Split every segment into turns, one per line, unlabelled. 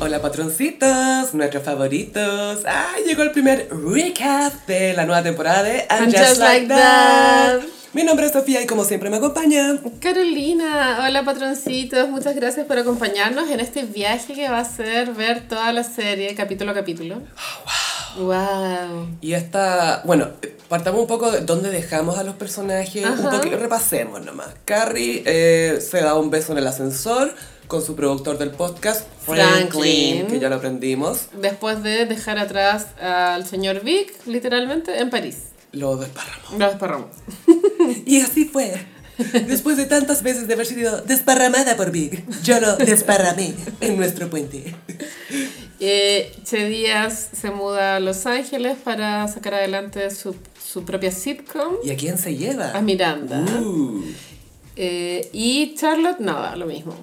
Hola patroncitos, nuestros favoritos. Ah, llegó el primer recap de la nueva temporada de I'm, Just, Like that. Mi nombre es Sofía y como siempre me acompaña.
Carolina, hola patroncitos, muchas gracias por acompañarnos en este viaje que va a ser ver toda la serie capítulo a capítulo.
Oh,
wow. Wow.
Y esta, bueno, partamos un poco de dónde dejamos a los personajes, un
Ajá.
poquito repasemos nomás. Carrie eh, se da un beso en el ascensor con su productor del podcast, Franklin,
Franklin.
que ya lo aprendimos.
Después de dejar atrás al señor Vic, literalmente, en París.
Lo desparramó.
Lo desparramos.
Y así fue. Después de tantas veces de haber sido desparramada por Big, yo lo desparramé en nuestro puente.
Eh, che Díaz se muda a Los Ángeles para sacar adelante su, su propia sitcom
¿Y a quién se lleva?
a Miranda.
Uh.
Eh, y Charlotte, nada, lo mismo.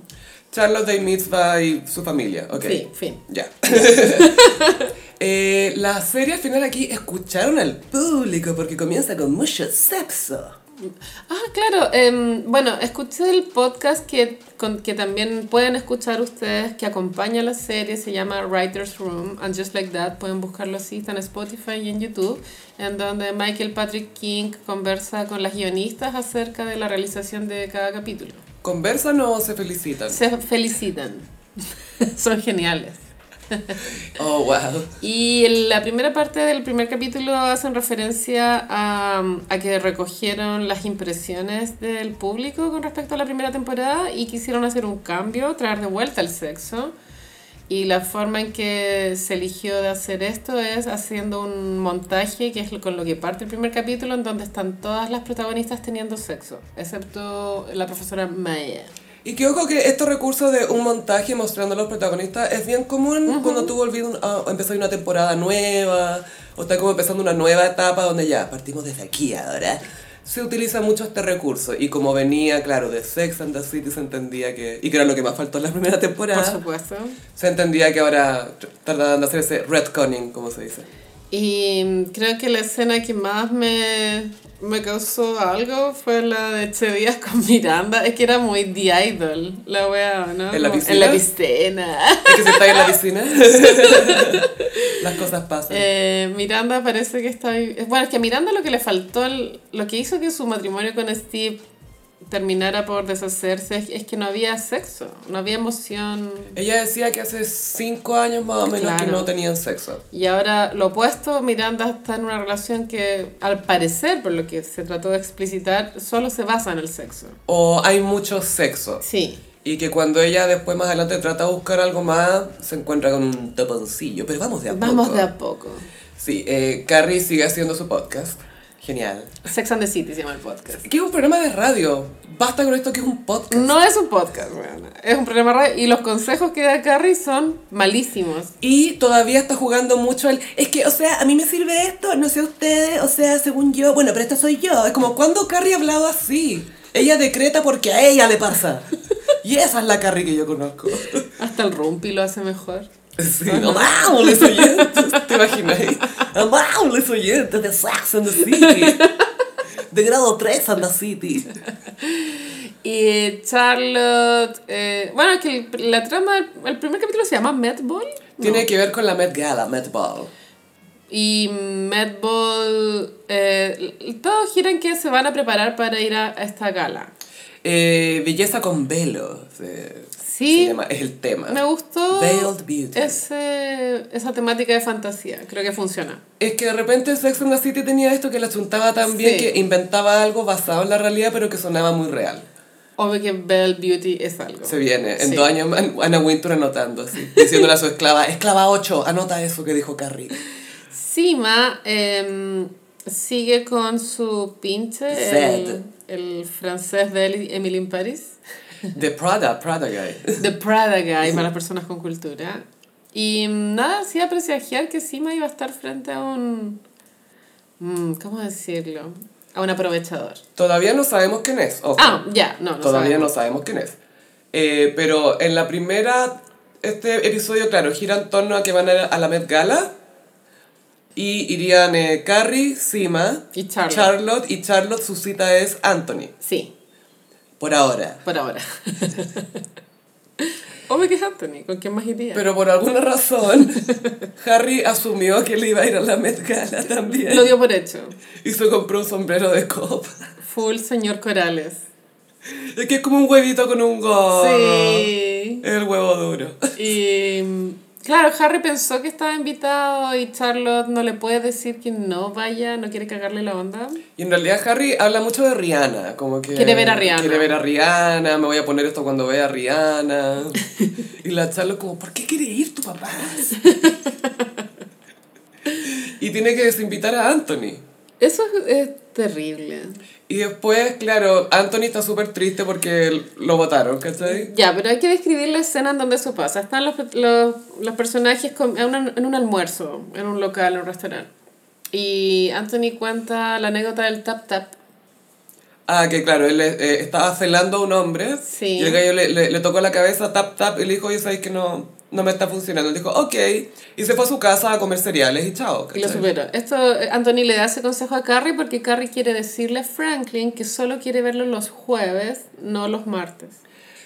Charlotte Day Mitzvah y su familia, ok.
Sí, fin.
Ya. Eh, la serie al final aquí escucharon al público porque comienza con mucho sexo.
Ah, claro. em, bueno, escuché el podcast que, con- que también pueden escuchar ustedes que acompaña la serie. Se llama Writer's Room and Just Like That. Pueden buscarlo así. Está en Spotify y en YouTube. En donde Michael Patrick King conversa con las guionistas acerca de la realización de cada capítulo.
¿Conversan o se felicitan?
Se felicitan. Son geniales.
Oh, wow.
Y en la primera parte del primer capítulo hacen referencia a, a que recogieron las impresiones del público con respecto a la primera temporada y quisieron hacer un cambio, traer de vuelta el sexo. Y la forma en que se eligió de hacer esto es haciendo un montaje, que es con lo que parte el primer capítulo, en donde están todas las protagonistas teniendo sexo, excepto la profesora Maya.
Y que ojo que estos recursos de un montaje mostrando a los protagonistas es bien común cuando tú volvís un- a a empezar una temporada nueva o está como empezando una nueva etapa donde ya partimos desde aquí ahora. Se utiliza mucho este recurso y como venía, claro, de Sex and the City se entendía que, y que era lo que más faltó en la primera
Por
temporada,
supuesto.
se entendía que ahora tr- tardan en hacer ese retconning, como se dice.
Y mm, creo que la escena que más me, me causó algo fue la de Che Díaz con Miranda. Es que era muy The Idol, la wea, ¿no?
¿En la
Como-
piscina?
En la piscina.
Es que se está ahí en la piscina. Las cosas pasan.
Eh, Miranda parece que está... vi- Bueno, es que a Miranda lo que le faltó, el- lo que hizo que su matrimonio con Steve terminara por deshacerse es, es que no había sexo, no había emoción.
Ella decía que hace cinco años más o menos que
Claro.
no tenían sexo.
Y ahora lo opuesto, Miranda está en una relación que al parecer, por lo que se trató de explicitar, solo se basa en el sexo.
O hay mucho sexo.
Sí.
Y que cuando ella después más adelante trata de buscar algo más, se encuentra con un taponcillo. Pero vamos de a
Vamos
poco.
de a poco.
Sí, eh, Carrie sigue haciendo su podcast. Genial.
Sex and the City se llama el podcast.
Que es un programa de radio. Basta con esto que es un podcast.
No es un podcast, weona. es un programa radio y los consejos que da Carrie son malísimos.
Y todavía está jugando mucho el... Es que, o sea, a mí me sirve esto, no sé ustedes, o sea, según yo... Bueno, pero esta soy yo. Es como, cuando Carrie ha hablado así? Ella decreta porque a ella le pasa. Y esa es la Carrie que yo conozco.
Hasta el Rumpi lo hace mejor.
Sí, amables oyentes, ¿te imagináis? Amables oyentes de Sax and the City. De grado 3 and the City.
Y eh, Charlotte. eh, bueno, es que el- la trama, del- el primer capítulo se llama Medball.
Tiene que ver con la Met Gala, Met Ball.
Y Medball. eh, l- todos giran que se van a preparar para ir a, a esta gala.
Eh, belleza con velo. se-
Sí.
se llama, es el tema.
Me gustó
Veiled Beauty.
ese- esa temática de fantasía. Creo que funciona.
Es que de repente Sex and the City tenía esto que la chuntaba tan bien
Sí.
que inventaba algo basado en la realidad pero que sonaba muy real.
Obvio que Belle Beauty es algo.
Se viene. En
Sí.
dos años más, Anna Wintour anotando así. Diciéndole a su esclava, esclava 8, anota eso que dijo Carrie.
Sima em, sigue con su pinche,
Zed.
el, el francés de Eli- Emily in Paris.
The Prada, Prada Guy.
The Prada Guy para las personas con cultura. Y mm, nada, hacía presagiar que Sima iba a estar frente a un... mm, ¿Cómo decirlo? A un aprovechador.
Todavía no sabemos quién es. ojo.
Ah, ya, no, no
Todavía
sabemos.
no sabemos quién es. Eh, pero en la primera, este episodio, claro, gira en torno a que van a, ir a la Met Gala. Y irían eh, Carrie, Sima,
Y Charlotte.
y Charlotte, su cita es Anthony,
Sí,
por ahora.
por ahora. Obvio que es Anthony, ¿con quién más iría?
Pero por alguna razón, Harry asumió que él iba a ir a la Met Gala también.
Lo dio por hecho.
Y se compró un sombrero de copa.
Full señor Corales.
Es que es como un huevito con un gorro.
Sí.
El huevo duro.
Y mm, claro, Harry pensó que estaba invitado y Charlotte no le puede decir que no vaya, no quiere cagarle la onda.
Y en realidad Harry habla mucho de Rihanna, como que...
Quiere ver a Rihanna.
Quiere ver a Rihanna, me voy a poner esto cuando vea a Rihanna. y la Charlotte como, ¿por qué quiere ir tu papá? y tiene que desinvitar a Anthony.
Eso es, es terrible.
Y después, claro, Anthony está súper triste porque lo votaron, ¿cachai?
Ya, pero hay que describir la escena en donde eso pasa. Están los, los, los personajes com- en, una- en un almuerzo, en un local, en un restaurante. Y Anthony cuenta la anécdota del tap tap.
Ah, que claro, él eh, estaba celando a un hombre
Sí.
y el gallo le, le, le tocó la cabeza, tap, tap, y le dijo, oye, sabes que no, no me está funcionando. Él dijo, ok, y se fue a su casa a comer cereales y chao.
Y lo
¿cachai?
superó. Esto eh, Anthony le da ese consejo a Carrie porque Carrie quiere decirle a Franklin que solo quiere verlo los jueves, no los martes.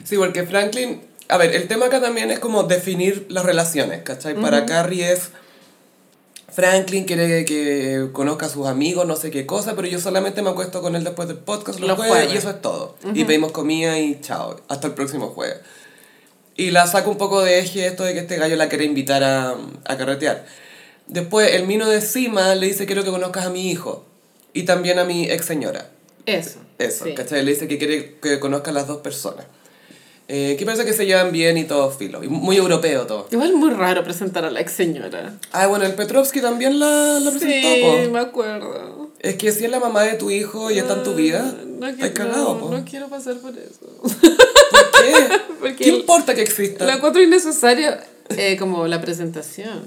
Sí, porque Franklin, a ver, el tema acá también es como definir las relaciones, ¿cachai? Para Carrie es, Franklin quiere que conozca a sus amigos, no sé qué cosa, pero yo solamente me acuesto con él después del podcast los,
Los
jueves,
jueves.
y eso es todo. Y pedimos comida y chao, hasta el próximo jueves. Y la saca un poco de eje esto de que este gallo la quiere invitar a, a carretear. Después, el mino de cima le dice, quiero que conozcas a mi hijo y también a mi ex señora.
Eso.
Eso,
sí.
¿cachai? Le dice que quiere que conozca a las dos personas. Eh, que parece que se llevan bien y todo filo. y muy europeo todo.
Igual muy raro presentar a la ex señora.
Ah, bueno, el Petrovsky también la, la presentó,
Sí,
po.
me acuerdo.
Es que si es la mamá de tu hijo y está en tu vida,
Ah, No,
estás
quiero,
cagado, po.
no, no quiero pasar por eso.
¿Qué?
Porque
¿Qué
el-
importa que exista?
Lo encuentro innecesario eh, como la presentación.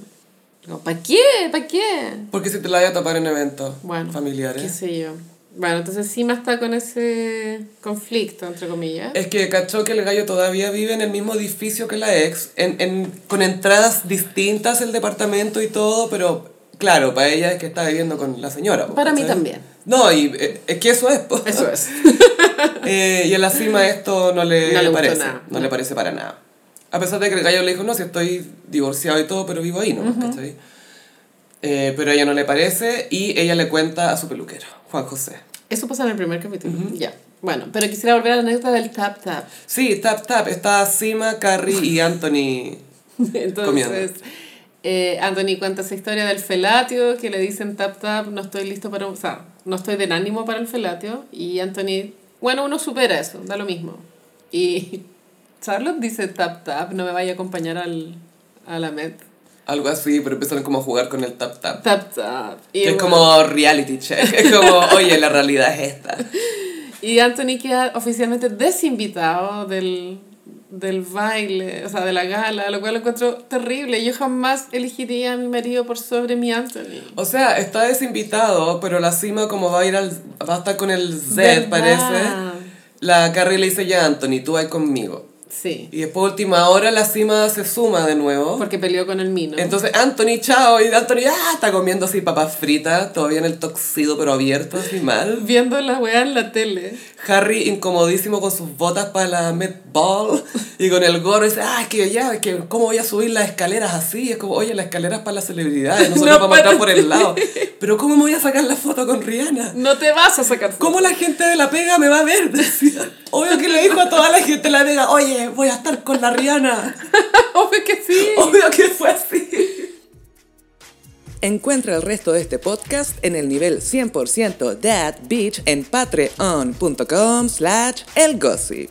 ¿Para qué? ¿Para qué?
Porque si te la vaya a tapar en eventos
Bueno, qué
familiares.
sé yo. Bueno, entonces Sima está con ese conflicto, entre comillas.
Es que cachó que el gallo todavía vive en el mismo edificio que la ex, en, en, con entradas distintas el departamento y todo, pero claro, para ella es que está viviendo con la señora. po,
Para mí
¿cachai?
también.
No, y eh, es que eso es. po.
Eso es.
Eh, y en la cima esto no le,
No le gustó
parece,
nada.
no le parece para nada. A pesar de que el gallo le dijo, no, si estoy divorciado y todo, pero vivo ahí, ¿no? ¿Cachai? Eh, pero a ella no le parece y ella le cuenta a su peluquero, Juan José.
Eso pasa en el primer capítulo. Ya. Bueno, pero quisiera volver a la anécdota del tap tap.
Sí, tap, tap, está Sima, Carrie y Anthony.
Entonces,
Comiendo.
eh, Anthony cuenta esa historia del felatio, que le dicen tap tap, no estoy listo para, o sea, no estoy del ánimo para el felatio. Y Anthony, bueno, uno supera eso, da lo mismo. Y Charlotte dice tap tap, no me vaya a acompañar al, a la Met.
Algo así, pero empezaron como a jugar con el tap, tap.
Tap tap. Y,
Que es
bueno,
como reality check. Es como, oye, la realidad es esta.
y Anthony queda oficialmente desinvitado del del baile, o sea, de la gala, lo cual lo encuentro terrible. Yo jamás elegiría a mi marido por sobre mi Anthony.
O sea, está desinvitado, pero la cima como va a ir al... Va a estar con el Z,
¿Verdad?
parece. La Carrie le dice, ya, Anthony, tú vas conmigo.
Sí.
Y después, última hora, la cima se suma de nuevo.
Porque peleó con el Mino.
Entonces, Anthony, chao. Y Anthony, ah, está comiendo así papas fritas, todavía en el toxido, pero abierto, así mal.
Viendo la weá en la tele.
Harry, incomodísimo con sus botas para la Met Ball y con el gorro, dice, ah, es que ya, es que, ¿cómo voy a subir las escaleras así? Es como, oye, las escaleras para las celebridades, nosotros
No,
vamos a entrar
para
por el lado. Pero, ¿cómo me voy a sacar la foto con Rihanna?
No te vas a sacar foto.
¿Cómo la gente de La Pega me va a ver? Decía. Obvio que le dijo a toda la gente de La Pega, oye, voy a estar con la Rihanna.
Obvio que sí.
Obvio que fue así. Encuentra el resto de este podcast en el nivel 100% That Beach en patreon.com slash elgossip.